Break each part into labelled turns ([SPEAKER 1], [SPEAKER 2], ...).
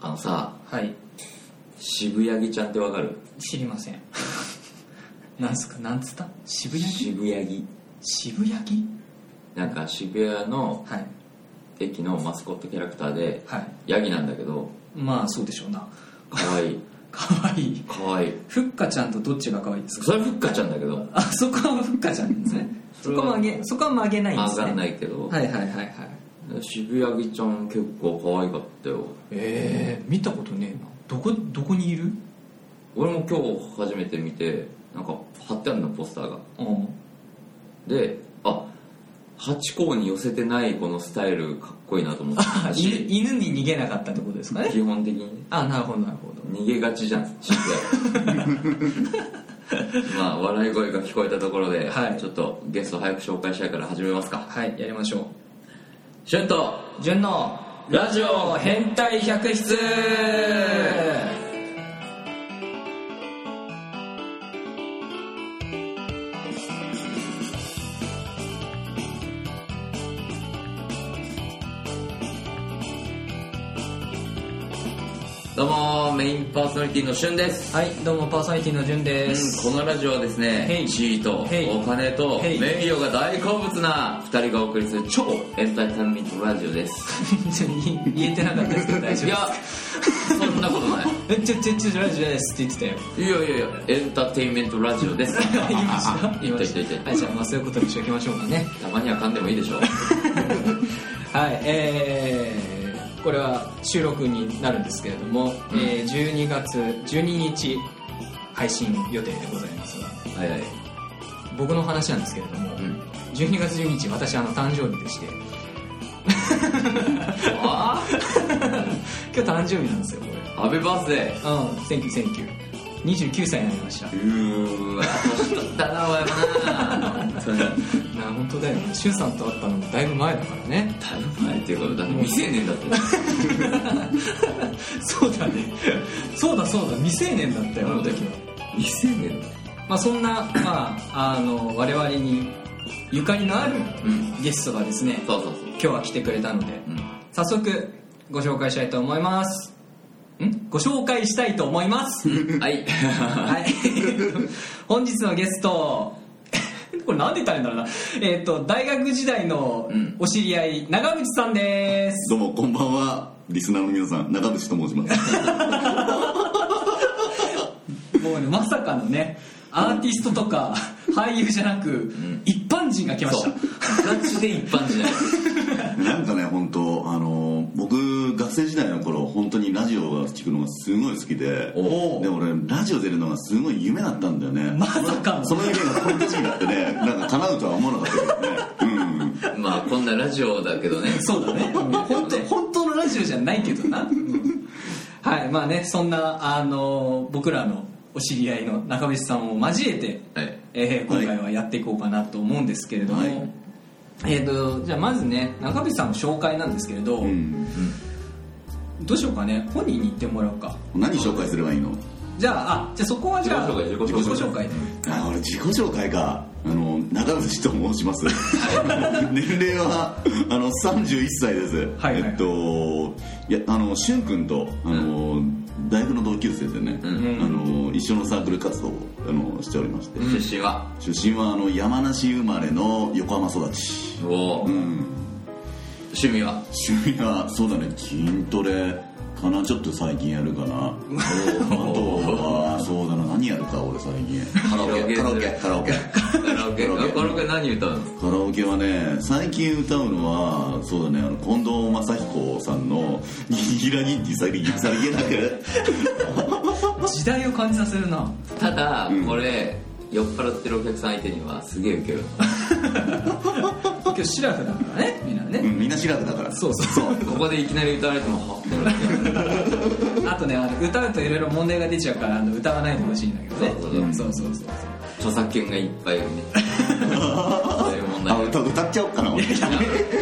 [SPEAKER 1] あのさ
[SPEAKER 2] はい
[SPEAKER 1] 渋谷木ちゃんってわかる
[SPEAKER 2] 知りません なんすかなんつった渋谷木
[SPEAKER 1] 渋谷木
[SPEAKER 2] 渋谷木
[SPEAKER 1] なんか渋谷の
[SPEAKER 2] はい
[SPEAKER 1] 駅のマスコットキャラクターで
[SPEAKER 2] はい
[SPEAKER 1] ヤギなんだけど
[SPEAKER 2] まあそうでしょうな
[SPEAKER 1] かわいい
[SPEAKER 2] 可愛い
[SPEAKER 1] かわいい
[SPEAKER 2] ふっかちゃんとどっちが可愛いですか
[SPEAKER 1] それふっかちゃんだけど
[SPEAKER 2] あそこはふっかちゃんですねそこは曲げそこは曲げないんで
[SPEAKER 1] わ
[SPEAKER 2] す
[SPEAKER 1] かん
[SPEAKER 2] ね
[SPEAKER 1] ないけど、
[SPEAKER 2] はいはいはいはい
[SPEAKER 1] 渋谷木ちゃん結構可愛かったよ
[SPEAKER 2] ええ見たことねえなどこどこにいる
[SPEAKER 1] 俺も今日初めて見てなんか貼ってあるのポスターが
[SPEAKER 2] うん
[SPEAKER 1] であハチ公に寄せてないこのスタイルかっこいいなと思って
[SPEAKER 2] あ
[SPEAKER 1] た
[SPEAKER 2] 犬
[SPEAKER 1] し
[SPEAKER 2] 犬に逃げなかったってことですかね
[SPEAKER 1] 基本的に
[SPEAKER 2] あなるほどなるほど
[SPEAKER 1] 逃げがちじゃん渋谷まあ笑い声が聞こえたところで、
[SPEAKER 2] はい
[SPEAKER 1] ちょっとゲスト早く紹介したいから始めますか
[SPEAKER 2] はいやりましょ
[SPEAKER 1] シュンと
[SPEAKER 2] う純の
[SPEAKER 1] ラジオ
[SPEAKER 2] 変態百室
[SPEAKER 1] どうもメインパーソナリティのシュンです
[SPEAKER 2] はいどうもパーソナリティの純で
[SPEAKER 1] うん
[SPEAKER 2] す、
[SPEAKER 1] このラジオはです
[SPEAKER 2] へ
[SPEAKER 1] ね
[SPEAKER 2] い
[SPEAKER 1] 地位と
[SPEAKER 2] へい
[SPEAKER 1] お金と
[SPEAKER 2] へい
[SPEAKER 1] 名誉が大好物な2人がお送りする超エンターテインメントラジオです
[SPEAKER 2] ちょ言言えてなかったですけど大丈夫
[SPEAKER 1] い
[SPEAKER 2] で
[SPEAKER 1] やそんなことない
[SPEAKER 2] すえちょちょちょラジオですって言ってたよ
[SPEAKER 1] いやいやいやエンターテインメントラジオです
[SPEAKER 2] 言いました
[SPEAKER 1] 言った言った言った
[SPEAKER 2] はいじゃあまあそういうことにしておきましょうかね
[SPEAKER 1] たまには噛んでもいいでしょ
[SPEAKER 2] はいえー、これは収録になるんですけれども、
[SPEAKER 1] うん
[SPEAKER 2] えー12月12日配信予定でございますが
[SPEAKER 1] はいはい
[SPEAKER 2] 僕の話なんですけれども、
[SPEAKER 1] うん
[SPEAKER 2] 12月12日私あの誕生日でして
[SPEAKER 1] あ
[SPEAKER 2] 今日誕生日なんですよこれ
[SPEAKER 1] あハッピーバースデ
[SPEAKER 2] うんセンキューセンキュー29歳になりました
[SPEAKER 1] ーうーわ年取ったなお前もな本当に
[SPEAKER 2] なあ本当だよね柊さんと会ったのもだいぶ前だからね
[SPEAKER 1] だいぶ前っていうことだって未成年だって
[SPEAKER 2] そうだね そうだそうだ未成年だったよあの時は
[SPEAKER 1] 未成年だ
[SPEAKER 2] まあそんな、まあ、あの我々にゆかりのある
[SPEAKER 1] うん
[SPEAKER 2] ゲストがですね
[SPEAKER 1] そうそうそう
[SPEAKER 2] 今日は来てくれたので
[SPEAKER 1] うん
[SPEAKER 2] 早速ご紹介したいと思いますんご紹介したいと思います
[SPEAKER 1] はい
[SPEAKER 2] はい。本日のゲスト、 これなんて言ったらいいんだろうな。えっ、と、大学時代の
[SPEAKER 1] うん
[SPEAKER 2] お知り合い、長渕さんです。
[SPEAKER 3] どうもこんばんはリスナーの皆さん長渕と申します
[SPEAKER 2] もうね、まさかのね、アーティストとか俳優じゃなく、一般人が来まし
[SPEAKER 1] そ
[SPEAKER 2] た
[SPEAKER 1] う。ガチで一般じゃない
[SPEAKER 3] なんかね本当あの僕学生時代の頃本当にラジオが聞くのがすごい好きで
[SPEAKER 1] お
[SPEAKER 3] で俺ラジオ出るのがすごい夢だったんだよね
[SPEAKER 2] まさかの
[SPEAKER 3] その夢がこの年になってねなんか叶うとは思わなかったけどねうん
[SPEAKER 1] まあこんなラジオだけどね
[SPEAKER 2] そうだね。本当、本当のラジオじゃないけどな。うんはい、まあね、そんな、あの、僕らのお知り合いの中渕さんを交えて、
[SPEAKER 1] はい
[SPEAKER 2] えー
[SPEAKER 3] はい
[SPEAKER 2] 今回はやっていこうかなと思うんですけれども、
[SPEAKER 3] はい
[SPEAKER 2] えー、とじゃあまずね中渕さんの紹介なんですけれど、
[SPEAKER 3] うん
[SPEAKER 2] どうしようかね本人に言ってもらおうか
[SPEAKER 3] 何紹介すればいいの
[SPEAKER 2] じゃああじゃあそこはじゃあ
[SPEAKER 1] 自己紹介
[SPEAKER 2] 自
[SPEAKER 1] 自
[SPEAKER 2] 己
[SPEAKER 1] 己
[SPEAKER 2] 紹
[SPEAKER 1] 紹
[SPEAKER 2] 介
[SPEAKER 1] 介
[SPEAKER 3] あ俺自己紹介かあの長渕と申します年齢はあの31歳です、
[SPEAKER 2] はいはい
[SPEAKER 3] えっといやあの俊君とあの、大学の同級生でね、
[SPEAKER 1] うん
[SPEAKER 3] あの一緒のサークル活動をあのしておりまして、
[SPEAKER 1] 出身は
[SPEAKER 3] 出身はあの山梨生まれの横浜育ち、
[SPEAKER 1] おー
[SPEAKER 3] うん、
[SPEAKER 1] 趣味は
[SPEAKER 3] 趣味はそうだね筋トレかなちょっと最近やるかなあとはそうだな何やるか俺最近カラオケカラオケカラオケ
[SPEAKER 1] カラオケ
[SPEAKER 3] カ
[SPEAKER 1] カ
[SPEAKER 3] ラオケ
[SPEAKER 1] ラオケ何歌うの
[SPEAKER 3] カラオケはね最近歌うのはそうだねあの近藤正彦さんの「にぎらぎんじさりぎさりげなく
[SPEAKER 2] 時代を感じさせるな
[SPEAKER 1] ただ
[SPEAKER 3] うん
[SPEAKER 1] これ酔っ払ってるお客さん相手にはすげえウケる
[SPEAKER 2] 今日シラフだからねみんな」
[SPEAKER 3] う
[SPEAKER 2] ね、
[SPEAKER 3] んみんなシラフだから
[SPEAKER 2] そうそうそう
[SPEAKER 1] ここでいきなり歌われてもはってなる
[SPEAKER 2] あとねあの歌うといろいろ問題が出ちゃうからあの歌わないでほしいんだけどね
[SPEAKER 1] そうそう
[SPEAKER 2] そうそうそう
[SPEAKER 1] 著作権がいっぱいねそういう問題
[SPEAKER 3] あ歌歌っちゃおうかな俺
[SPEAKER 2] そう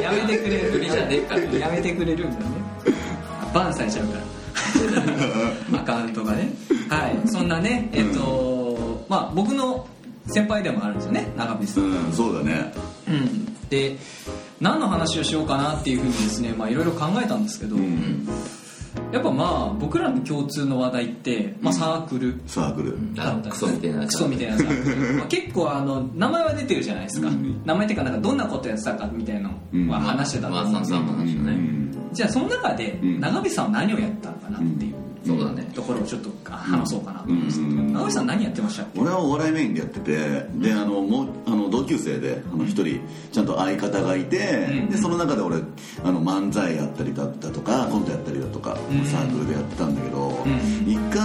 [SPEAKER 2] やめてくれる
[SPEAKER 1] 無理じゃねえからね
[SPEAKER 2] やめてくれるんだねバンされちゃうから アカウントがねはいそんなねえっと、まあ僕の先輩でもあるんですよね長渕さん、
[SPEAKER 3] うんそうだね
[SPEAKER 2] うん、で何の話をしようかなっていうふうにですねまあいろいろ考えたんですけど、
[SPEAKER 3] うん
[SPEAKER 2] やっぱまあ僕らの共通の話題って、まあ、サークル
[SPEAKER 3] サークル、
[SPEAKER 2] だったり
[SPEAKER 1] あクソみたいな
[SPEAKER 2] クソみたいなサークル、まあ、 結構あの名前は出てるじゃないですか、
[SPEAKER 3] うん
[SPEAKER 2] 名前っていうかなんかどんなことやってたかみたいなのは話してたと
[SPEAKER 1] ま
[SPEAKER 2] 思
[SPEAKER 1] あ
[SPEAKER 2] うんですけど、
[SPEAKER 1] 散々話した
[SPEAKER 3] う
[SPEAKER 1] ね
[SPEAKER 3] ん
[SPEAKER 2] じゃあその中で
[SPEAKER 3] うん
[SPEAKER 2] 長渕さんは何をやったのかなっていう
[SPEAKER 1] そうだね
[SPEAKER 2] ところをちょっと話そうかなと
[SPEAKER 3] う
[SPEAKER 2] 思います、
[SPEAKER 3] ん
[SPEAKER 2] 長渕さん何やってましたっけ
[SPEAKER 3] 俺はお笑いメインでやっててであのもうあの同級生であの一人ちゃんと相方がいて、
[SPEAKER 2] ん
[SPEAKER 3] でその中で俺あの漫才やったりだったとかコントやったりだとか、
[SPEAKER 2] うん
[SPEAKER 3] サークルでやってたんだけど
[SPEAKER 2] ん
[SPEAKER 3] 一、回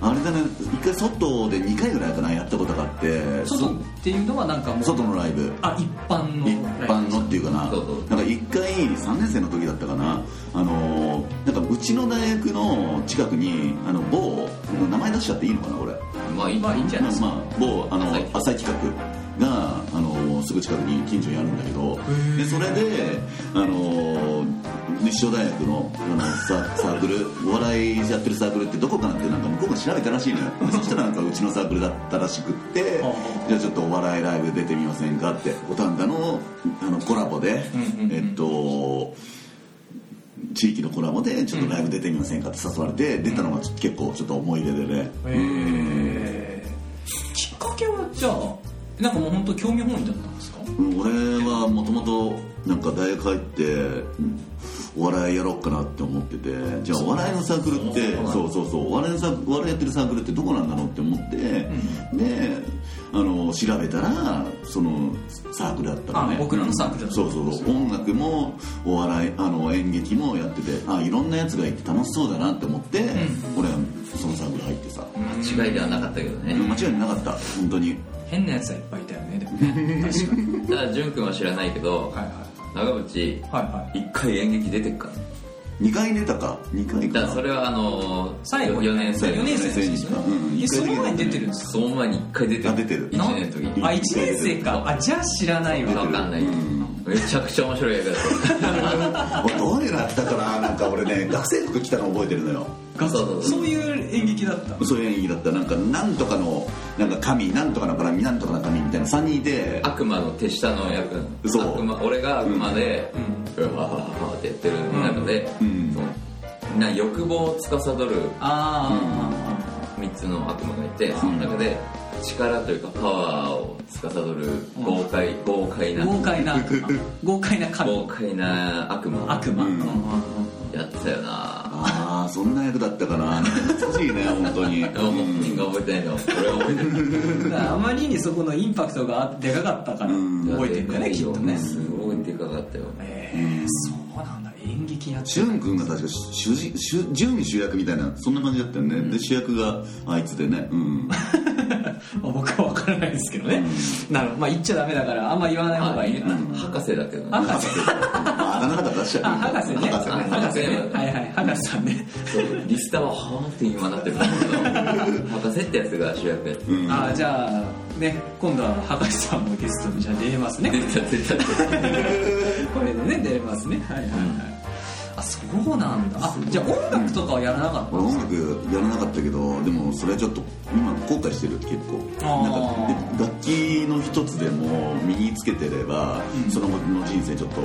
[SPEAKER 3] あれだね一回外で2回ぐらいかなやったことがあって
[SPEAKER 2] 外っていうのはなんかもう
[SPEAKER 3] 外のライブ
[SPEAKER 2] あ一般の
[SPEAKER 3] 一般のっていうかな
[SPEAKER 1] そうそう
[SPEAKER 3] なんか一回3年生の時だったかなあのーなんかうちの大学の近くにあの某名前出しちゃっていいのかな俺
[SPEAKER 1] まあいい
[SPEAKER 2] まあいいんじゃないですか、
[SPEAKER 3] まあまあ、某あの
[SPEAKER 1] 浅い企画
[SPEAKER 3] 浅い企画があのすぐ近くに近所にあるんだけどでそれであの日照大学のあのササークルお笑いやってるサークルってどこかなってなんか向こうが調べたらしい のよでそしたらなんかうちのサークルだったらしくって
[SPEAKER 2] ああ
[SPEAKER 3] じゃあちょっとお笑いライブ出てみませんかって五反田のあのコラボで、
[SPEAKER 2] うんうんうん
[SPEAKER 3] えっと地域のコラボでちょっとライブ出てみませんかって誘われて出たのがちょっと結構ちょっと思い出でね、
[SPEAKER 2] えーきっかけはじゃあなんかもう本当興味本位だったんですか
[SPEAKER 3] 俺はもともとなんか大学入ってお笑いやろうかなって思っててじゃあお笑いのサークルって
[SPEAKER 1] そ
[SPEAKER 3] そううそうそうお笑いのサークルお笑いやってるサークルってどこなんだろうって思って、であの調べたらそのサークルだったのね
[SPEAKER 2] あ僕らのサークルだった
[SPEAKER 3] そうそうそう音楽もお笑いあの演劇もやっててあいろんなやつがいて楽しそうだなって思って、俺はそのサークル入ってさ
[SPEAKER 1] 間違いではなかったけどね、
[SPEAKER 3] 間違いなかった本当に
[SPEAKER 2] 変なやつはいっぱいいたよねでもね確 かに
[SPEAKER 1] ただ潤君は知らないけど、
[SPEAKER 2] はい
[SPEAKER 1] 長渕
[SPEAKER 2] はいはいはい
[SPEAKER 1] 一回演劇出てっから
[SPEAKER 3] 2回出たか2回
[SPEAKER 1] だか
[SPEAKER 3] かな
[SPEAKER 1] らそれはあのー
[SPEAKER 2] 最後
[SPEAKER 1] 4年生
[SPEAKER 2] 4年生ですよね
[SPEAKER 3] うんうん
[SPEAKER 2] えその前に出てるんですか
[SPEAKER 1] その前に一回出て
[SPEAKER 3] あ出てる
[SPEAKER 1] 1年の時に
[SPEAKER 2] あ1年生かあじゃあ知らないわ
[SPEAKER 1] 分かんない、
[SPEAKER 3] うん
[SPEAKER 1] めちゃくちゃ面白い映画だっ
[SPEAKER 3] 俺どういうのやったかななんか俺 ね学生服着たの覚えてるのよ
[SPEAKER 1] たそうそうそう
[SPEAKER 2] そういう演劇だった
[SPEAKER 3] そういう演技だったなんかなんとかのなんか神なんとかの神なんとかの神みたいな3人いて
[SPEAKER 1] 悪魔の手下の役なの
[SPEAKER 3] そう
[SPEAKER 1] 悪魔俺が悪魔で、うわわわわってやってる中で、
[SPEAKER 3] うん
[SPEAKER 1] そのな欲望を司る
[SPEAKER 2] あ
[SPEAKER 1] 3つの悪魔がいてその中で力というかパワーを司る豪快豪快
[SPEAKER 2] あ
[SPEAKER 1] な
[SPEAKER 2] 豪快な豪快な
[SPEAKER 1] 豪
[SPEAKER 2] 神
[SPEAKER 1] 快な悪魔
[SPEAKER 2] 悪魔
[SPEAKER 3] うん
[SPEAKER 2] うんうん
[SPEAKER 1] やってたよな
[SPEAKER 3] ああそんな役だったかな懐かしいね本当 に、
[SPEAKER 1] でも本人が覚えてないの俺は覚えてない
[SPEAKER 2] うんだからあまりにそこのインパクトがでかかったから
[SPEAKER 3] うん
[SPEAKER 2] 覚えてるんだよねきっとね
[SPEAKER 1] すごいでかかったよ
[SPEAKER 2] えーそうなんだ演劇やって
[SPEAKER 3] しゅんくんが確か主人主準主役みたいなそんな感じだったよね、で主役があいつで ねうん
[SPEAKER 2] まあ僕は分からないですけどねなるほどまあ言っちゃダメだからあんま言わない方がいいな
[SPEAKER 1] 博士だけどね
[SPEAKER 2] 博士
[SPEAKER 3] あだ名だから出しちゃ
[SPEAKER 2] あ
[SPEAKER 3] って
[SPEAKER 2] 博士
[SPEAKER 3] いい
[SPEAKER 2] ね
[SPEAKER 3] か博士ね
[SPEAKER 2] 博士ねはいはい博士さんね
[SPEAKER 1] そうリスタははーって今なってるんだけど博士ってやつが主役やってる
[SPEAKER 2] あーじゃあね今度は博士さんもゲストにじゃあ出れますね
[SPEAKER 1] 出た出た
[SPEAKER 2] これでね出れますねはいはいはい、あそうなんだあじゃあ音楽とかはやらなかった、
[SPEAKER 3] 俺音楽やらなかったけどでもそれちょっと今後悔してる結構
[SPEAKER 2] あー
[SPEAKER 3] なんかで楽器の一つでも身につけてれば、その後の人生ちょっと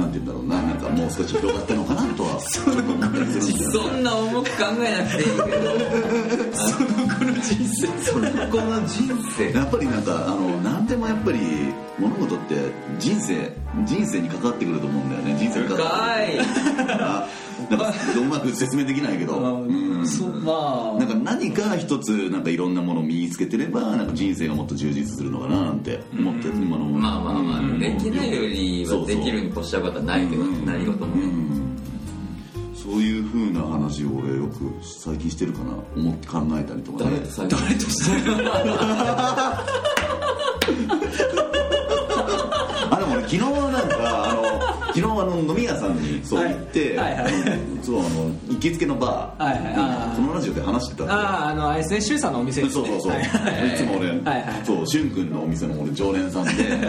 [SPEAKER 3] なんて言うんだろうななんかもう少し広がったのかなとはその後の人
[SPEAKER 1] そんな重く考えなくていいけどその子の人生その子の人生
[SPEAKER 3] やっぱりなんかあの何でもやっぱり物事って人生人生に関わってくると思うんだよね人生に関わって
[SPEAKER 1] 深い
[SPEAKER 3] くるから なんかうまく説明できないけど、
[SPEAKER 2] あー
[SPEAKER 3] うん
[SPEAKER 2] そうま
[SPEAKER 3] なん
[SPEAKER 2] あ
[SPEAKER 3] か何か一つなんかいろんなものを身につけてればなんか人生がもっと充実するのかななんて思って今のも
[SPEAKER 1] まあまあまあ、できないよりはできるに越したことはないけど、何事もね、
[SPEAKER 3] そういうふうな話を俺よく最近してるかな思って考えたりとか
[SPEAKER 1] 誰
[SPEAKER 3] ね
[SPEAKER 1] と最誰としてる
[SPEAKER 3] あでも俺昨日なんかあの昨日あの飲み屋さんにそう行って
[SPEAKER 2] はいはいはい
[SPEAKER 3] あのそうあの行きつけのバー
[SPEAKER 2] はいはいあー
[SPEAKER 3] このラジオで話してたんだよ
[SPEAKER 2] あーあのあれですね柊さんのお店です
[SPEAKER 3] そう
[SPEAKER 2] ね
[SPEAKER 3] そうそう、
[SPEAKER 2] はいいはいはい
[SPEAKER 3] つも俺、
[SPEAKER 2] はいはい
[SPEAKER 3] そうしゅんくんのお店の俺常連さんでなん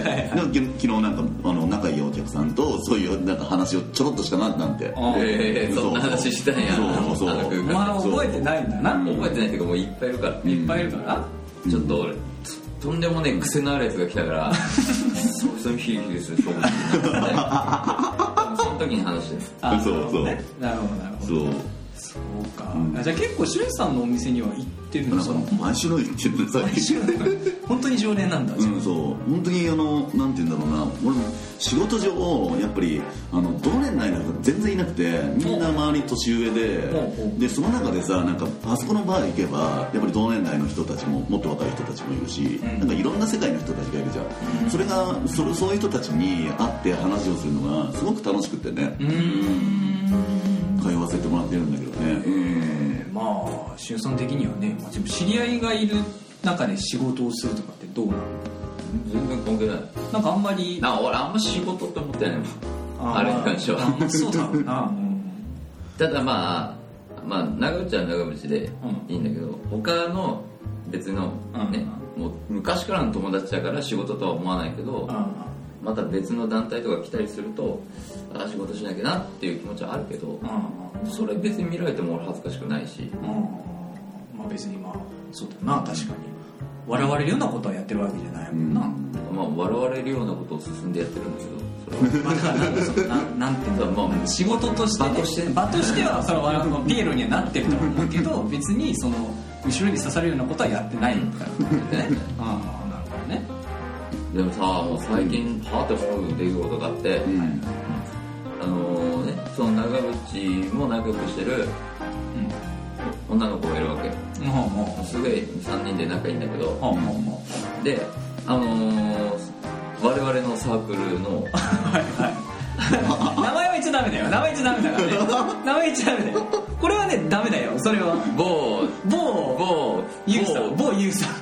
[SPEAKER 3] かき昨日なんかあの仲いいお客さんとそういうなんか話をちょろっとしたななんて
[SPEAKER 2] あー
[SPEAKER 1] えーそんな話したんや
[SPEAKER 3] そうそう
[SPEAKER 1] あの
[SPEAKER 3] そう
[SPEAKER 2] お
[SPEAKER 1] 空
[SPEAKER 2] 前
[SPEAKER 1] 間
[SPEAKER 2] は覚えてないんだな
[SPEAKER 1] 覚えてないっていうかもういっぱいいるから、
[SPEAKER 2] いっぱいいるから、
[SPEAKER 1] ちょっと俺ととんでもねえ癖のあるやつが来たから そうそうヒリヒリする正直になってその時に話してる
[SPEAKER 2] あー
[SPEAKER 3] そうそ
[SPEAKER 2] なるほ
[SPEAKER 3] う
[SPEAKER 2] どねなるほどなるほど
[SPEAKER 3] そう
[SPEAKER 2] そうか、
[SPEAKER 3] うん
[SPEAKER 2] あじゃあ結構シュレさんのお店には行ってるん
[SPEAKER 3] な
[SPEAKER 2] で
[SPEAKER 3] ん
[SPEAKER 2] す
[SPEAKER 3] か
[SPEAKER 2] か
[SPEAKER 3] 毎週のように言ってるね最
[SPEAKER 2] 毎
[SPEAKER 3] 近
[SPEAKER 2] 週本当に常連なんだ、
[SPEAKER 3] うん、そう本当にあのなんて言うんだろうな俺も仕事上やっぱりあの同年代の人が全然いなくてみんな周り年上で
[SPEAKER 2] おうおう
[SPEAKER 3] でその中でさなんかあそこのバー行けばやっぱり同年代の人たちももっと若い人たちもいるし、
[SPEAKER 2] うん
[SPEAKER 3] なんかいろんな世界の人たちがいるじゃん、それがそれそういう人たちに会って話をするのがすごく楽しくてね、
[SPEAKER 2] うーん
[SPEAKER 3] 通わせてもらってるんだけどね、
[SPEAKER 2] えーまあしゅんさん的にはね、まあ、でも知り合いがいる中で仕事をするとかってどうなの
[SPEAKER 1] 全然関係ない
[SPEAKER 2] なんかあんまり
[SPEAKER 1] なんか俺あんま仕事って思ってないもん
[SPEAKER 2] ー
[SPEAKER 1] あれに関しては
[SPEAKER 2] あまあそうだろうな、うん
[SPEAKER 1] ただまあまあ長渕は長渕でいいんだけど、他の別の
[SPEAKER 2] うん
[SPEAKER 1] ね、もう昔からの友達だから仕事とは思わないけど、
[SPEAKER 2] あ
[SPEAKER 1] また別の団体とか来たりするとああ仕事しなきゃなっていう気持ちはあるけど
[SPEAKER 2] ーあ
[SPEAKER 1] それ別に見られても俺恥ずかしくないし
[SPEAKER 2] ーまあ別にまあそうだよな確かに笑われるようなことはやってるわけじゃないもんな、
[SPEAKER 1] まあ笑われるようなことを進んでやってるんだけどそれは
[SPEAKER 2] まあだからなんかそのなんなんていうんだろう
[SPEAKER 1] まあまあ
[SPEAKER 2] 仕事として,、ね、
[SPEAKER 1] 場としてね
[SPEAKER 2] 場としてはそれはのピエロにはなってると思うんだけど別にその後ろに刺されるようなことはやってないからねああなるほどね
[SPEAKER 1] でもさもう最近はあって思う出来事があって、
[SPEAKER 3] うん
[SPEAKER 1] あのねその長渕も仲良くしてる女の子がいるわけ
[SPEAKER 2] うんほうほ
[SPEAKER 1] すごい3人で仲いいんだけ
[SPEAKER 2] う
[SPEAKER 1] ど
[SPEAKER 2] ほうほうほ
[SPEAKER 1] であのー我々のサークルの
[SPEAKER 2] うはいはい名前は言っちゃダメだよ名前言っちゃダメだからね名前言っちゃダメだよこれはねダメだよそれは
[SPEAKER 1] 某
[SPEAKER 2] 某
[SPEAKER 1] 某
[SPEAKER 2] ゆうさん
[SPEAKER 1] 某
[SPEAKER 2] 某ゆうさん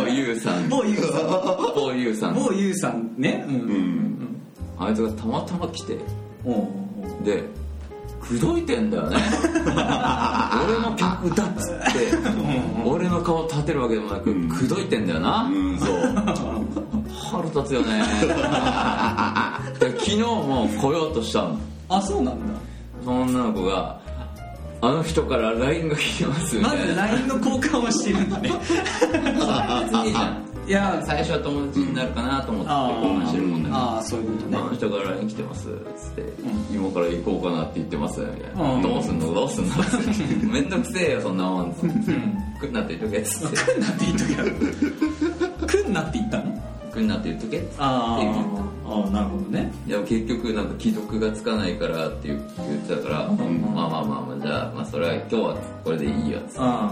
[SPEAKER 1] 某ゆうさん
[SPEAKER 2] 某ゆうさん
[SPEAKER 1] 某ゆうさん
[SPEAKER 2] 某ゆうさんねうん
[SPEAKER 3] う
[SPEAKER 2] うん
[SPEAKER 3] ん
[SPEAKER 1] あいつがたまたま来て
[SPEAKER 2] おうおうおう
[SPEAKER 1] で口説いてんだ よね俺の客だっつって俺の顔立てるわけでもなく
[SPEAKER 3] うん
[SPEAKER 1] 口説いてんだよな、
[SPEAKER 3] うんそう
[SPEAKER 1] 腹立つよねで昨日も来ようとしたの
[SPEAKER 2] あそうなんだ
[SPEAKER 1] その女の子が「あの人から LINE が来てますよね」
[SPEAKER 2] まず LINE の交換をしてるんだね
[SPEAKER 1] 別にいいじ ゃん
[SPEAKER 2] いや
[SPEAKER 1] 最初は友達になるかなと思って
[SPEAKER 2] あ
[SPEAKER 1] 交
[SPEAKER 2] ー
[SPEAKER 1] 換してるもんだから
[SPEAKER 2] ああそういうことね
[SPEAKER 1] あの人から LINE 来てます」っつって「
[SPEAKER 2] う
[SPEAKER 1] 今から行こうかなって言ってます」みたい
[SPEAKER 2] うん
[SPEAKER 1] な「どうすんのどうすんの」めんどくせえよそんなもん」くんなって言っとけ」っつって
[SPEAKER 2] 来んなって言っとけよ来んなって言ったの
[SPEAKER 1] 「くんなって言っとけ」っつって
[SPEAKER 2] ああなるほどね
[SPEAKER 1] でも結局なんか既読がつかないからって言ってたから「
[SPEAKER 2] ん
[SPEAKER 1] まあまあまあまあじゃあ,、まあ、それは今日はこれでいいよ」っつっ
[SPEAKER 2] あ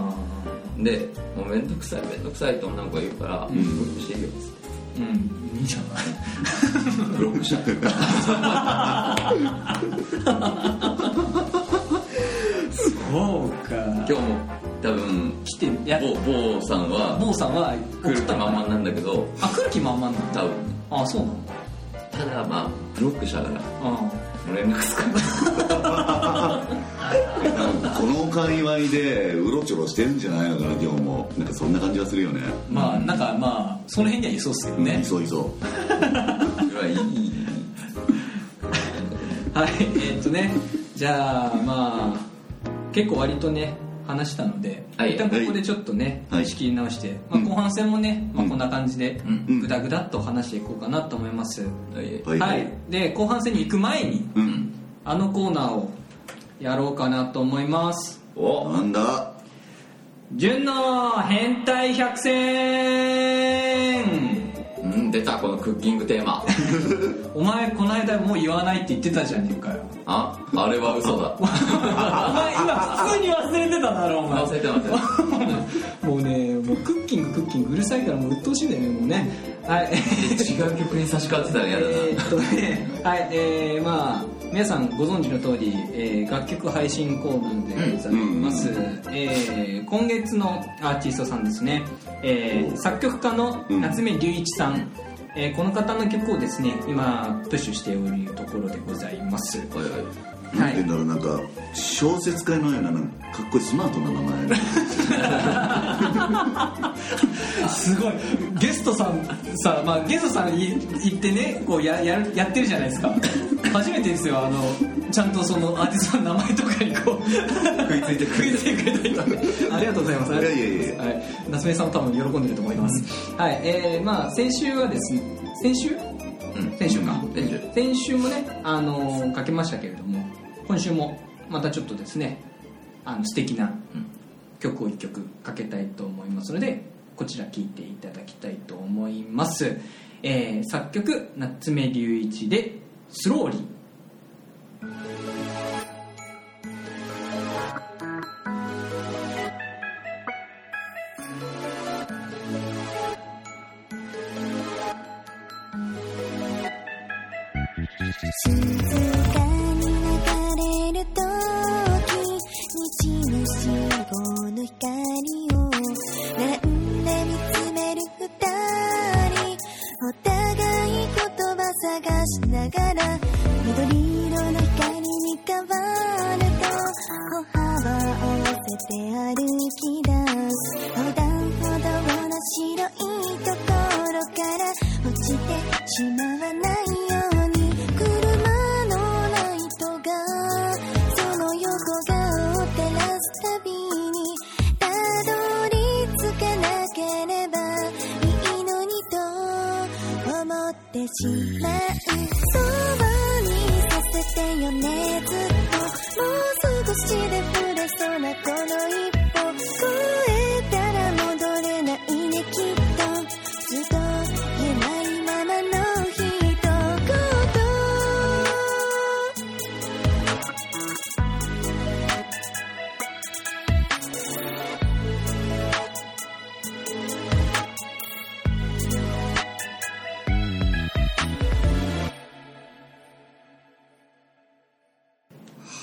[SPEAKER 1] てで「もうめんどくさいめんどくさい」って女の子が言うから「ブロック していいよ」っつって
[SPEAKER 2] あうんいいじゃない
[SPEAKER 1] ブロックした
[SPEAKER 2] そうか
[SPEAKER 1] 今日も多分
[SPEAKER 2] 来ていや
[SPEAKER 1] 某某さんは
[SPEAKER 2] 坊さんは
[SPEAKER 1] 来る気満々
[SPEAKER 2] な
[SPEAKER 1] なんだけど
[SPEAKER 2] あ来る気満々なんだ
[SPEAKER 1] 多分
[SPEAKER 2] あそうなんだ
[SPEAKER 1] ただまあブロックしたから
[SPEAKER 2] あ
[SPEAKER 1] 連絡つかない
[SPEAKER 3] なんかこの界隈でうろちょろしてるんじゃないのかな今日もなんかそんな感じはするよね
[SPEAKER 2] あまあなんかまあその辺にはいそうっすよ
[SPEAKER 3] うん
[SPEAKER 2] ね
[SPEAKER 3] いそういそう
[SPEAKER 1] いい
[SPEAKER 2] はい、えーっとね、じゃあ、まあ、結構割とね、話したので、
[SPEAKER 1] はい
[SPEAKER 2] 一旦ここでちょっとね、
[SPEAKER 3] はい
[SPEAKER 2] 仕切り直して、まあ、
[SPEAKER 3] うん
[SPEAKER 2] 後半戦もね、まあ、
[SPEAKER 3] うん
[SPEAKER 2] こんな感じで
[SPEAKER 1] うん、
[SPEAKER 2] ぐだぐだっと話していこうかなと思います。
[SPEAKER 1] はい
[SPEAKER 3] はい
[SPEAKER 2] はい、で、後半戦に行く前に、
[SPEAKER 3] うん
[SPEAKER 2] あのコーナーをやろうかなと思います。
[SPEAKER 1] お
[SPEAKER 3] なんだ
[SPEAKER 2] 純の変態百選
[SPEAKER 1] うん出たこのクッキングテー マ
[SPEAKER 2] お前、この間もう言わないって言ってたじゃねえかよ。
[SPEAKER 1] ああれは嘘だ
[SPEAKER 2] お前、今、普通に忘れてただろ、お前
[SPEAKER 1] 忘。れてますよ
[SPEAKER 2] もうね、もうクッキングクッキングうるさいからもう鬱陶しいんだよね、もうね。 はい、
[SPEAKER 1] 違う曲に差し替わってたら嫌だな
[SPEAKER 2] えーっとね、はい、えー、まあ、皆さんご存知の通り、えー楽曲配信コーナーでございます。えー今月のアーティストさんですね、えー作曲家の
[SPEAKER 3] うん
[SPEAKER 2] 夏目隆一さん、えーこの方の曲をですね、今、プッシュしておるところでございます。
[SPEAKER 1] おいおい
[SPEAKER 3] なんて言うんだろうなんか小説家のようななんかかっこいいスマートな名前
[SPEAKER 2] すごいゲストさんさ、まあ、ゲストさんい行ってねこうややるやってるじゃないですか初めてですよあのちゃんとそのアーティストの名前とかにこう食いついて食いついてくれたりとかありがとうございます
[SPEAKER 3] いやいやいや
[SPEAKER 2] はい、夏目さんも多分喜んでると思います、はいえーまあ、先週はですね先週
[SPEAKER 1] うん
[SPEAKER 2] 先週か
[SPEAKER 1] 先週
[SPEAKER 2] 先週もね、あのーかけましたけれども今週もまたちょっとですねあの素敵な
[SPEAKER 1] うん
[SPEAKER 2] 曲を1曲かけたいと思いますのでこちら聴いていただきたいと思います、えー作曲夏目隆一で「スローリー」
[SPEAKER 4] 「静かに流れる時日し号の光を」「並んで見つめる二人」「お互い言葉探しながら」「緑色の光に変わると」「歩幅を合わせて歩き出す」「横断歩道の白いところから落ちてしまわないように」「車のライトがその横顔を照らすたびに」「たどり着かなければいいのにと思ってしまう」「そばにさせてよねずっと」「もう少しで触れそうなこの一歩」「越えたら戻れないねきっと」「ずっと言えないままの一言」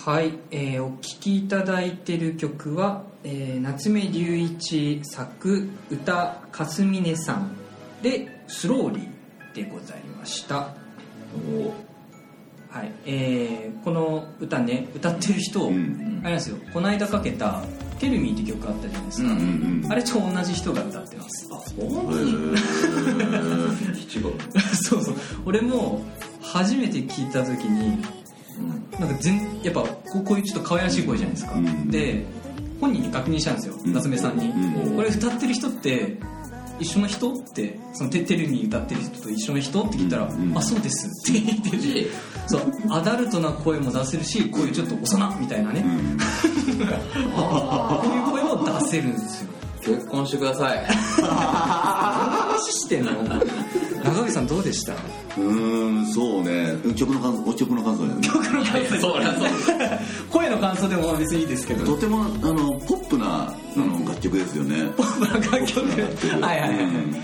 [SPEAKER 2] はい、えーお聴きいただいてる曲は、えー夏目隆一作歌「かすみねさん」で「スローリー」でございましたはいえーこの歌ね歌ってる人、
[SPEAKER 3] うん
[SPEAKER 2] あれなんですよこの間かけた「テルミーって曲あったじゃないですか、
[SPEAKER 1] うんうん
[SPEAKER 2] あれと同じ人が歌ってます
[SPEAKER 1] お
[SPEAKER 3] へー
[SPEAKER 1] 七号
[SPEAKER 2] そうそう俺も初めて聞いた時になんか全やっぱこうこういうちょっと可愛らしい声じゃないですか、
[SPEAKER 3] うん
[SPEAKER 2] で本人に確認したんですよ、
[SPEAKER 3] うん
[SPEAKER 2] 夏目さんに、
[SPEAKER 3] うん
[SPEAKER 2] これ歌ってる人って一緒の人ってそのテテレビに歌ってる人と一緒の人って聞いたら「
[SPEAKER 3] うん
[SPEAKER 2] あそうです」って言っててそうアダルトな声も出せるしこういうちょっと幼みたいなね、
[SPEAKER 3] うん
[SPEAKER 2] こういう声も出せるんですよ
[SPEAKER 1] 結婚してくださ い
[SPEAKER 2] 話してんの中口さんどうでした
[SPEAKER 3] うーんそうね曲の感想曲の感想だよね
[SPEAKER 1] そうだそう
[SPEAKER 2] 声の感想でも別にいいですけど
[SPEAKER 3] とてもあのポップなあの楽曲ですよね
[SPEAKER 2] なんか曲はいはいはい、
[SPEAKER 3] うん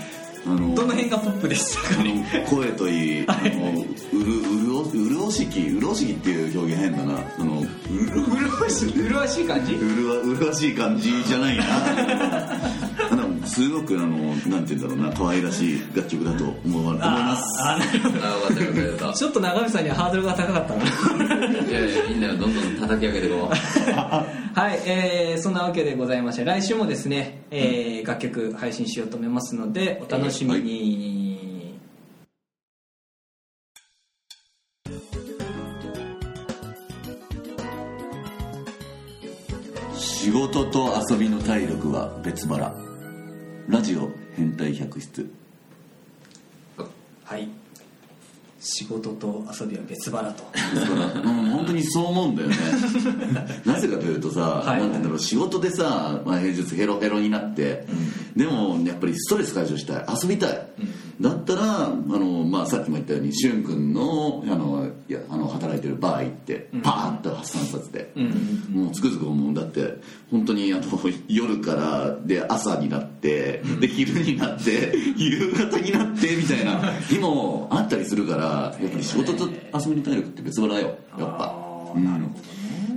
[SPEAKER 3] あの
[SPEAKER 2] どの辺がポップでしたか
[SPEAKER 3] あ
[SPEAKER 2] ね
[SPEAKER 3] の声といい、あのうるうるおうるおしきうるおしきっていう表現変だなあのうる
[SPEAKER 2] うるわしいうるわしい感じ
[SPEAKER 3] うるわうるわしい感じじゃないなあのすごくあのなんて言うんだろうな可愛らしい楽曲だと思わ思います
[SPEAKER 2] あなるほど
[SPEAKER 1] あ分かった分かっ
[SPEAKER 2] ちょっと長渕さんにはハードルが高かったな
[SPEAKER 1] たいやいやみんなどんどん叩き上げてこう
[SPEAKER 2] はい、えーそんなわけでございまして来週もですね、えー楽曲配信しようと思いますのでお楽しみに、
[SPEAKER 3] 仕事と遊びの体力は別腹ラジオ変態百室
[SPEAKER 2] はい仕事と遊びは別腹と
[SPEAKER 3] だから、うん、本当にそう思うんだよねなぜかというとさ、
[SPEAKER 2] い
[SPEAKER 3] なんて言うんだろう仕事でさ、まあ、平日ヘロヘロになって、でもやっぱりストレス解消したい遊びたい、だったらあの、まあ、さっきも言ったようにしゅんくんのあのいやあの働いてるバー行って、パーッと発散させて、もうつくづく思うんだって本当にあの 夜からで朝になってで昼になって 夕方になってみたいな日もあったりするからやっぱり仕事と遊びの体力って別腹よやっぱうん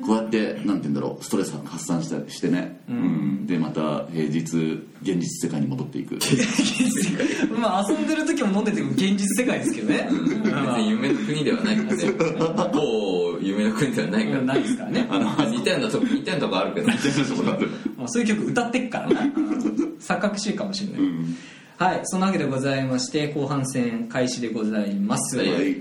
[SPEAKER 3] こうやってなんて言うんだろうストレス発散したりしてね、うんでまた平日現実世界に戻っていく
[SPEAKER 2] まあ遊んでる時も飲んでても現実世界ですけどね
[SPEAKER 1] 別に夢の国ではないからね某夢の国ではないから
[SPEAKER 2] ないですからね、
[SPEAKER 1] まあ似たようなとこ似たようなとこあるけど
[SPEAKER 2] まあ、そういう曲歌ってっからな錯覚しいかもしれない、はいそんなわけでございまして後半戦開始でございます、
[SPEAKER 1] はい
[SPEAKER 3] はい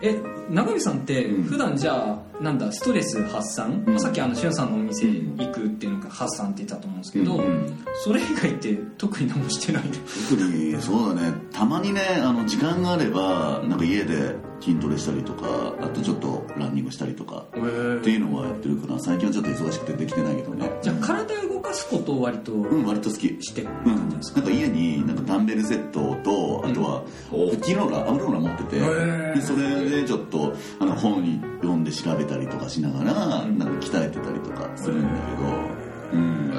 [SPEAKER 2] え長渕さんって
[SPEAKER 3] うん
[SPEAKER 2] 普段じゃあなんだストレス発散、
[SPEAKER 3] うん
[SPEAKER 2] さっきあのしゅんさんのお店行くっていうのが発散って言ったと思うんですけど、
[SPEAKER 3] うんうん
[SPEAKER 2] それ以外って特に何もしてない
[SPEAKER 3] 特にそうだねたまにねあの時間があればなんか家で筋トレしたりとかあとちょっとランニングしたりとかっていうのはやってるかな最近はちょっと忙しくてできてないけどね
[SPEAKER 2] じゃあ体を動かすことを割と
[SPEAKER 3] うん割と好き
[SPEAKER 2] してる
[SPEAKER 3] うん、
[SPEAKER 2] 感じ
[SPEAKER 3] な
[SPEAKER 2] で
[SPEAKER 3] ん
[SPEAKER 2] すか、
[SPEAKER 3] か家になんかダンベルセットとあとは
[SPEAKER 1] うん
[SPEAKER 3] フキローラーアウローラ持ってて
[SPEAKER 2] ー
[SPEAKER 3] でそれでちょっとあの本読んで調べたりとかしながらなんか鍛えてたりとかするんだけどうん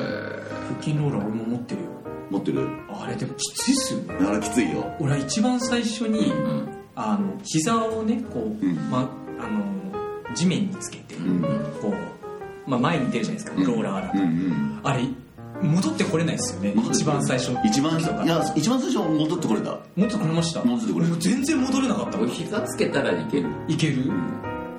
[SPEAKER 2] 腹筋ローラー俺も持ってるよ
[SPEAKER 3] 持ってる
[SPEAKER 2] あれでもきついっすよね
[SPEAKER 3] あれきついよ
[SPEAKER 2] 俺は一番最初に、あの膝をねこう、
[SPEAKER 3] うん
[SPEAKER 2] ま、あの地面につけて、
[SPEAKER 3] うん
[SPEAKER 2] こう、まあ、前に出るじゃないですか、
[SPEAKER 3] うん
[SPEAKER 2] ローラーだと、
[SPEAKER 3] うんうん
[SPEAKER 2] あれ戻ってこれないですよね
[SPEAKER 3] 戻って
[SPEAKER 2] 一
[SPEAKER 3] これ
[SPEAKER 2] 番最初
[SPEAKER 3] 一番
[SPEAKER 2] と
[SPEAKER 3] い
[SPEAKER 2] か
[SPEAKER 3] や一番最初戻ってこれた
[SPEAKER 2] 戻ってこれました
[SPEAKER 3] 戻ってこれた
[SPEAKER 2] もう全然戻れなかった
[SPEAKER 1] お膝つけたらいける
[SPEAKER 2] いける、
[SPEAKER 3] ん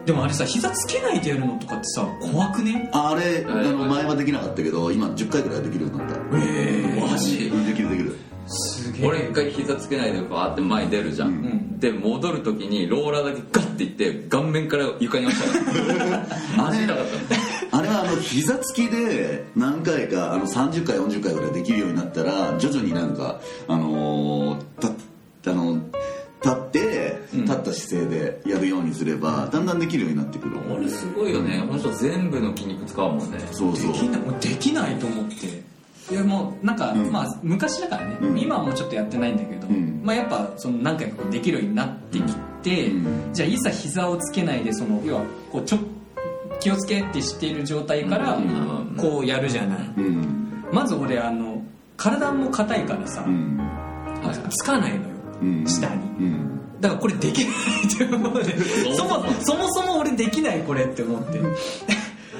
[SPEAKER 2] でもあれさ膝つけないでやるのとかってさ怖くね
[SPEAKER 3] あれあ
[SPEAKER 1] はい
[SPEAKER 3] の前はできなかったけど今10回ぐらいはできるようになった
[SPEAKER 2] え
[SPEAKER 1] マジ
[SPEAKER 3] うんできるできる
[SPEAKER 2] すげえ
[SPEAKER 1] 俺一回膝つけないでバーって前に出るじゃん、
[SPEAKER 2] ん
[SPEAKER 1] で戻る時にローラーだけガッていって顔面から床に落ちたから足痛かった
[SPEAKER 3] あれはあの膝つきで何回かあの30回40回ぐらいできるようになったら徐々になんかあのーたあの立って
[SPEAKER 2] うん
[SPEAKER 3] 立った姿勢でやるようにすればだんだんできるようになってくる
[SPEAKER 1] 俺すごいよね本当全部の筋肉使うもんね
[SPEAKER 3] そう
[SPEAKER 2] で
[SPEAKER 3] そう
[SPEAKER 2] きないもうできないと思っていやもうなんか、
[SPEAKER 3] うん
[SPEAKER 2] まあ昔だからね、
[SPEAKER 3] うん
[SPEAKER 2] 今はもうちょっとやってないんだけど、
[SPEAKER 3] うん
[SPEAKER 2] まあやっぱその何回かこうできるようになってきて、
[SPEAKER 3] うん
[SPEAKER 2] じゃあいざ膝をつけないでその要はこうちょ気をつけってしている状態から、
[SPEAKER 1] うん
[SPEAKER 2] こうやるじゃない、
[SPEAKER 3] うん
[SPEAKER 2] まず俺あの体も硬いからさ、
[SPEAKER 3] うん
[SPEAKER 2] つかないのよ、
[SPEAKER 3] うん
[SPEAKER 2] 下に
[SPEAKER 3] うん
[SPEAKER 2] だからこれできないって思うでそもそもそも俺できないこれって思って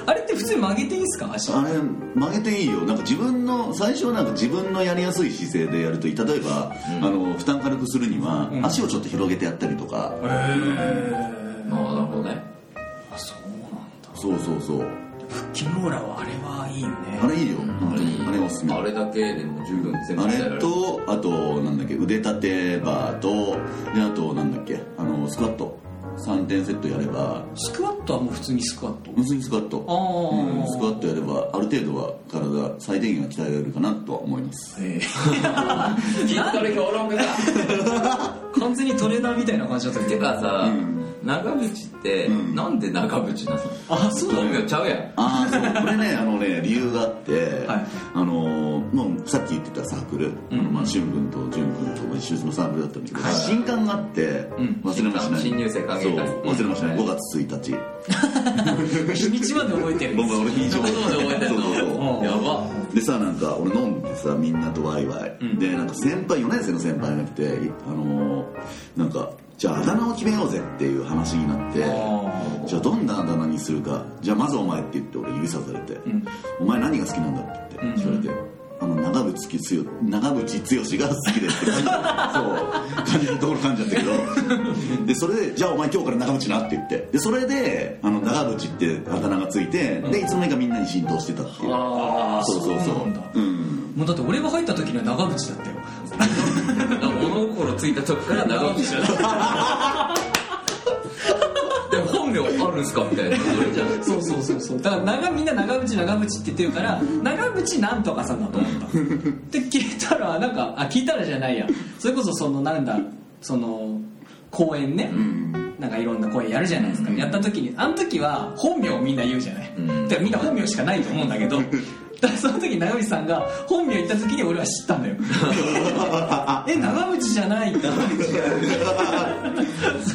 [SPEAKER 2] あれって普通に曲げていいんすか足
[SPEAKER 3] あれ曲げていいよなんか自分の最初はなんか自分のやりやすい姿勢でやるといい例えば、
[SPEAKER 1] うん
[SPEAKER 3] あの負担軽くするには、
[SPEAKER 2] うん
[SPEAKER 3] 足をちょっと広げてやったりとか、
[SPEAKER 2] へえ
[SPEAKER 1] ああなるほどね
[SPEAKER 2] あそうなんだ
[SPEAKER 3] そうそうそう
[SPEAKER 2] 腹筋ローラーはあれはいいよね
[SPEAKER 3] あれいいよ、本当にあれおすすめ
[SPEAKER 1] あれだけでも十分全部
[SPEAKER 3] あ
[SPEAKER 1] 鍛えられ
[SPEAKER 3] れ
[SPEAKER 1] る
[SPEAKER 3] とあとなんだっけ腕立てバーとであとなんだっけあのスクワット3点セットやれば
[SPEAKER 2] スクワットはもう普通にスクワット
[SPEAKER 3] 普通にスクワット
[SPEAKER 2] あー
[SPEAKER 3] うんスクワッ トやればある程度は体最低限は鍛えられるかなとは思います
[SPEAKER 2] え
[SPEAKER 1] 筋トレ評論家だ
[SPEAKER 2] え完全にトレーナーみたいな感じだったけ
[SPEAKER 1] て
[SPEAKER 2] ど
[SPEAKER 1] かさ、
[SPEAKER 3] うん
[SPEAKER 1] 長渕って、
[SPEAKER 3] うん
[SPEAKER 1] なんで長渕なの
[SPEAKER 2] あそうだ
[SPEAKER 1] 本名ちゃうやん
[SPEAKER 3] ああそうこれねあのね理由があって、
[SPEAKER 2] はい
[SPEAKER 3] あのーもうさっき言ってたサークル、あの
[SPEAKER 2] うん
[SPEAKER 3] まあ俊君と淳君と一緒のサークルだったんだけど、
[SPEAKER 1] はい
[SPEAKER 3] 新刊があって、
[SPEAKER 2] ん
[SPEAKER 3] 忘れもしない
[SPEAKER 1] 新入生歓迎会
[SPEAKER 3] そう忘れもしない
[SPEAKER 1] うん
[SPEAKER 3] 5月1日
[SPEAKER 2] 日にちまで覚えてるんで
[SPEAKER 3] 僕
[SPEAKER 2] す
[SPEAKER 3] は俺非
[SPEAKER 1] そん
[SPEAKER 3] 常
[SPEAKER 1] なこと覚えてんの
[SPEAKER 3] そうそうそう
[SPEAKER 2] うん
[SPEAKER 1] やば
[SPEAKER 3] でさなんか俺飲んでさみんなとワイワイ、
[SPEAKER 2] うん
[SPEAKER 3] でなんか先輩4年生の先輩が来てあのーなんかじゃああだ名を決めようぜっていう話になって
[SPEAKER 2] あ
[SPEAKER 3] じゃあどんなあだ名にするかじゃあまずお前って言って俺指さされて、
[SPEAKER 2] ーうん
[SPEAKER 3] お前何が好きなんだって言って聞かれて、あの長渕剛長渕剛が好きですって 感じそう感じるところ感じちゃったけどでそれでじゃあお前今日から長渕なって言ってでそれであの長渕ってあだ名がついてでいつの間にかみんなに浸透してたっていう、
[SPEAKER 1] あ
[SPEAKER 3] そうそうそう
[SPEAKER 2] そうなんだ
[SPEAKER 3] うん
[SPEAKER 2] もうだって俺が入った時には長渕だったよ
[SPEAKER 1] あ物心ついた時から長渕だ でも本名あるんすかみたいなそれじゃん
[SPEAKER 2] そうそうそうそうだから長みんな長渕長渕って言ってるから長渕なんとかさんだと思ったで聞いたらなんかあ聞いたらじゃないやそれこそそのなんだその公演ね、
[SPEAKER 3] うん
[SPEAKER 2] なんかいろんな公演やるじゃないですか、やった時にあの時は本名をみんな言うじゃない、
[SPEAKER 1] うん
[SPEAKER 2] だからみんな本名しかないと思うんだけどだからその時長渕さんが本名言った時に俺は知ったんだよえ長渕じゃないってそ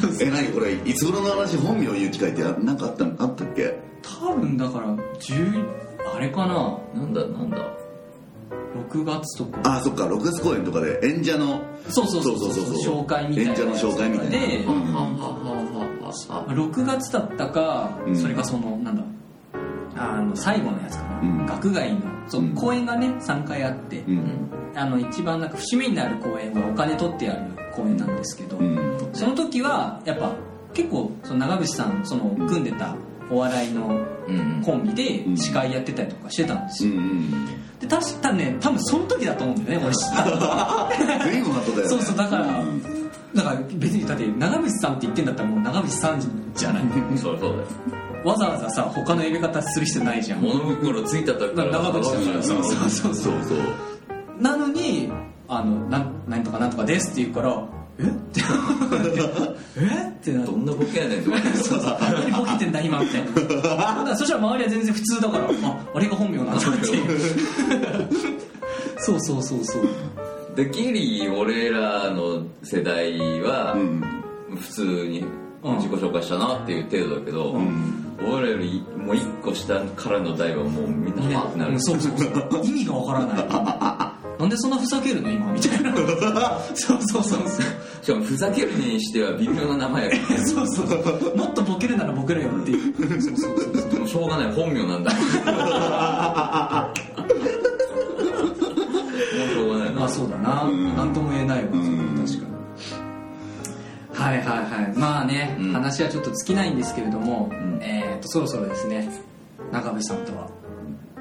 [SPEAKER 2] うそう
[SPEAKER 3] え何これいつ頃の話本名言う機会ってあなんかあったのあったっけ
[SPEAKER 2] 多分だから10あれかな
[SPEAKER 1] なんだなんだ
[SPEAKER 2] 6月とか
[SPEAKER 3] あそっか6月公演とかで演者の
[SPEAKER 2] そうそうそうそう
[SPEAKER 3] そうそうそう
[SPEAKER 2] 紹介みたいな
[SPEAKER 3] 演者の紹介みたいな
[SPEAKER 2] で
[SPEAKER 3] うん
[SPEAKER 1] ははははは
[SPEAKER 2] 6月だったか、
[SPEAKER 3] うん
[SPEAKER 2] それかそのなんだあの最後のやつかな、
[SPEAKER 3] うん
[SPEAKER 2] 学外のそう、
[SPEAKER 3] うん
[SPEAKER 2] 公演がね3回あって、
[SPEAKER 3] うん
[SPEAKER 2] あの一番なんか節目になる公演はお金取ってやる公演なんですけど、
[SPEAKER 3] うん
[SPEAKER 2] その時はやっぱ結構その長渕さんその組んでたお笑いの
[SPEAKER 1] うん
[SPEAKER 2] コンビ
[SPEAKER 3] う
[SPEAKER 2] で
[SPEAKER 3] ん
[SPEAKER 2] 司会やってたりとかしてたんです
[SPEAKER 3] うんう
[SPEAKER 2] よ、
[SPEAKER 3] ん
[SPEAKER 2] で確かね多分その時だと思うんだよね俺知ったの
[SPEAKER 3] 随分後だよね
[SPEAKER 2] そうそうだから
[SPEAKER 3] ん
[SPEAKER 2] だから別にだって長渕さんって言ってんだったらもう長渕さんじゃない
[SPEAKER 1] そうそうだよ
[SPEAKER 2] わざわざさ他の呼び方する必要ないじゃん
[SPEAKER 1] 物心ついた時から
[SPEAKER 2] 長渕さん
[SPEAKER 1] 長渕
[SPEAKER 2] そう
[SPEAKER 1] さん
[SPEAKER 2] そうそうそう
[SPEAKER 3] そうそう
[SPEAKER 2] なのに「あのなんなんとかなんとかです」って言うから「えっ?」てえっってなって
[SPEAKER 1] どんなボケやねんって思って
[SPEAKER 2] そうそうあんなにボケてんだ今みたいなだからそしたら周りは全然普通だからああれが本名なんだっていうそうそうそうそう
[SPEAKER 1] でギリ俺らの世代は、
[SPEAKER 3] うん
[SPEAKER 1] 普通に自己紹介したなっていう程度だけど、
[SPEAKER 3] ん
[SPEAKER 1] 俺よりもう一個下からの代はもうみんなはってな
[SPEAKER 2] う
[SPEAKER 1] る
[SPEAKER 2] んそうそうそう意味がわからないなんでそんなふざけるの今みたいなそうそうそうそう
[SPEAKER 1] しかもふざけるにしては微妙な名前やけ
[SPEAKER 2] そうそうもっとボケるならボケろよっていうそうそうそう
[SPEAKER 1] どでもしょうがない本名なん だもうしょうがない
[SPEAKER 2] まあ
[SPEAKER 1] な
[SPEAKER 2] そうだな、
[SPEAKER 3] ん
[SPEAKER 2] なんとも言えないわ、
[SPEAKER 3] ん
[SPEAKER 2] 確かにはいはいはいまあね、
[SPEAKER 1] うん
[SPEAKER 2] 話はちょっと尽きないんですけれども、
[SPEAKER 1] ん
[SPEAKER 2] えー、とそろそろですね中渕さんとは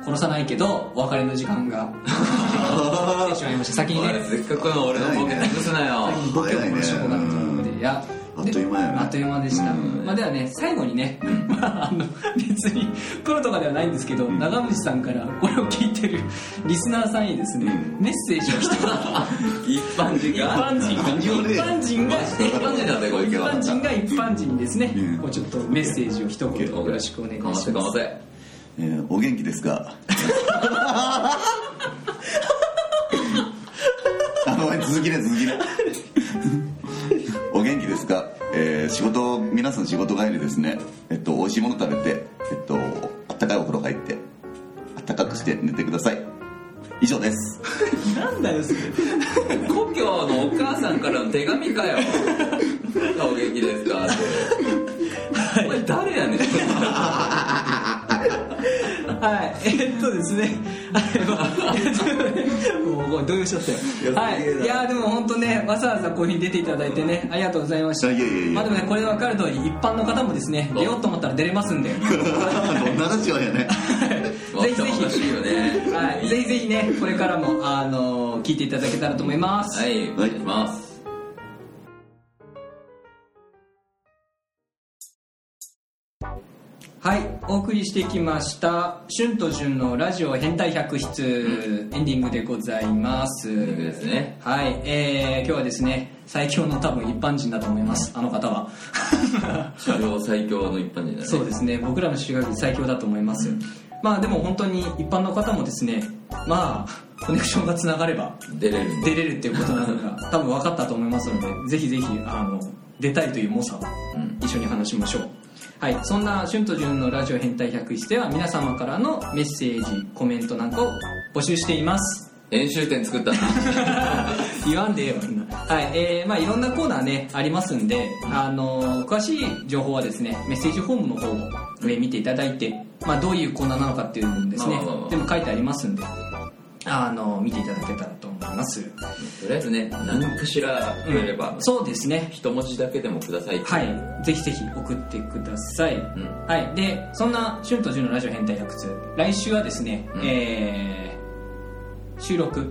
[SPEAKER 2] 殺さないけどお別れの時間が来てしまいました先に
[SPEAKER 1] おい
[SPEAKER 2] ね
[SPEAKER 1] せっかくの俺のボケ崩すなよ
[SPEAKER 2] 先にボケを殺してもらうということでいや
[SPEAKER 3] あっという間やね
[SPEAKER 2] あっという間でした、
[SPEAKER 3] うん
[SPEAKER 2] まあ、ではね最後にね、 まあ、あの別にプロとかではないんですけど、長渕さんからこれを聞いてるリスナーさんにですね、
[SPEAKER 3] う
[SPEAKER 2] メッセージを一つ
[SPEAKER 1] 一般人
[SPEAKER 2] 一
[SPEAKER 1] が
[SPEAKER 2] 般人が一般人が
[SPEAKER 1] 一般人だねこれ
[SPEAKER 2] 一般人が一般人にですね、
[SPEAKER 3] うん
[SPEAKER 2] こうちょっとメッセージを一言よろしくお願いし
[SPEAKER 1] か
[SPEAKER 2] ま
[SPEAKER 1] ませ
[SPEAKER 2] す
[SPEAKER 1] かませ
[SPEAKER 3] えーお元気ですか あごめん続きね続きねお元気ですか、えー仕事皆さん仕事帰りですねえっと美味しいもの食べてえっとあったかいお風呂入ってあったかくして寝てください以上です
[SPEAKER 2] なんだよそれ
[SPEAKER 1] 故郷のお母さんからの手紙かよお元気ですかってお前誰やねん
[SPEAKER 2] はい、えっとですね、はいまあもうもう動揺しちゃったよ。
[SPEAKER 3] いや
[SPEAKER 2] はい、
[SPEAKER 3] すげえない
[SPEAKER 2] やでも本当ね、わざわざこういうふうに出ていただいてね、ありがとうございました。
[SPEAKER 3] いやいやいやいや
[SPEAKER 2] まあでもね、これで分かる通り、一般の方もですね、出ようと思ったら出れますんで、
[SPEAKER 3] どんな話はやね
[SPEAKER 2] ぜひぜ
[SPEAKER 1] おかしいよ
[SPEAKER 2] ひ、
[SPEAKER 1] ね
[SPEAKER 2] はい、ぜひぜひね、これからもあの聞いていただけたらと思います。
[SPEAKER 1] はいお願いします
[SPEAKER 2] はい、お送りしてきました「旬と旬のラジオ変態百室」エンディングでございます
[SPEAKER 1] ということですね
[SPEAKER 2] はい、えー、今日はですね最強の多分一般人だと思いますあの方は
[SPEAKER 1] 史上最強の一般人だね
[SPEAKER 2] そうですね僕らの修学最強だと思いますまあでも本当に一般の方もですねまあコネクションがつながれば
[SPEAKER 1] 出れるんで
[SPEAKER 2] 出れるっていうことなのが多分分かったと思いますのでぜひぜひあの出たいという猛者を
[SPEAKER 1] うん
[SPEAKER 2] 一緒に話しましょうはいそんな「旬と旬のラジオ変態百室」では皆様からのメッセージコメントなんかを募集しています
[SPEAKER 1] 演習店作ったな
[SPEAKER 2] 言わんでええわそんなはいえーまあいろんなコーナーねありますんで、あのー詳しい情報はですねメッセージフォームの方を、えー見ていただいて、まあ、どういうコーナーなのかっていうのもですね
[SPEAKER 1] まあまあまあ
[SPEAKER 2] でも書いてありますんであのー見ていただけたらと思います
[SPEAKER 1] とりあえずね何かしらくれれば、
[SPEAKER 2] そうですね
[SPEAKER 1] 一文字だけでもください
[SPEAKER 2] はい、ぜひぜひ送ってください。
[SPEAKER 1] ん
[SPEAKER 2] はい、で、そんな春と純のラジオ変態百通、来週はですね、
[SPEAKER 1] うん
[SPEAKER 2] えー収録、
[SPEAKER 1] うん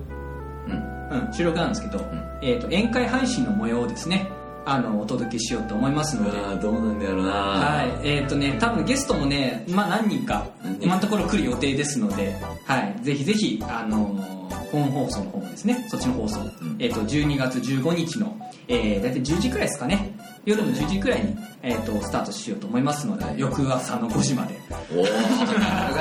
[SPEAKER 2] うん、収録なんですけど、
[SPEAKER 1] ん
[SPEAKER 2] えっ、と、宴会配信の模様をですね、あの、お届けしようと思いますので、
[SPEAKER 1] ああどうなんだろうな
[SPEAKER 2] はい、えっ、とね、多分ゲストもね、まあ何人か
[SPEAKER 1] 何人、か
[SPEAKER 2] 今のところ来る予定ですので、はい、ぜひぜひ、あのー本放送の方もですね、そっちの放送、
[SPEAKER 1] ん
[SPEAKER 2] えっ、と、12月15日の、えー、大体10時くらいですかね、夜の10時くらいに、えっ、と、スタートしようと思いますので、翌朝の5時まで、
[SPEAKER 1] おお長い
[SPEAKER 2] は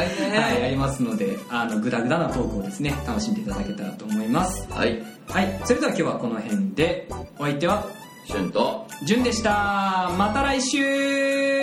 [SPEAKER 2] い、や
[SPEAKER 1] ね
[SPEAKER 2] りますので、あの、グダグダなトークをですね、楽しんでいただけたらと思います。
[SPEAKER 1] はい
[SPEAKER 2] はい、それでは今日はこの辺で、お相手は、
[SPEAKER 1] 旬と
[SPEAKER 2] じゅんでしたまた来週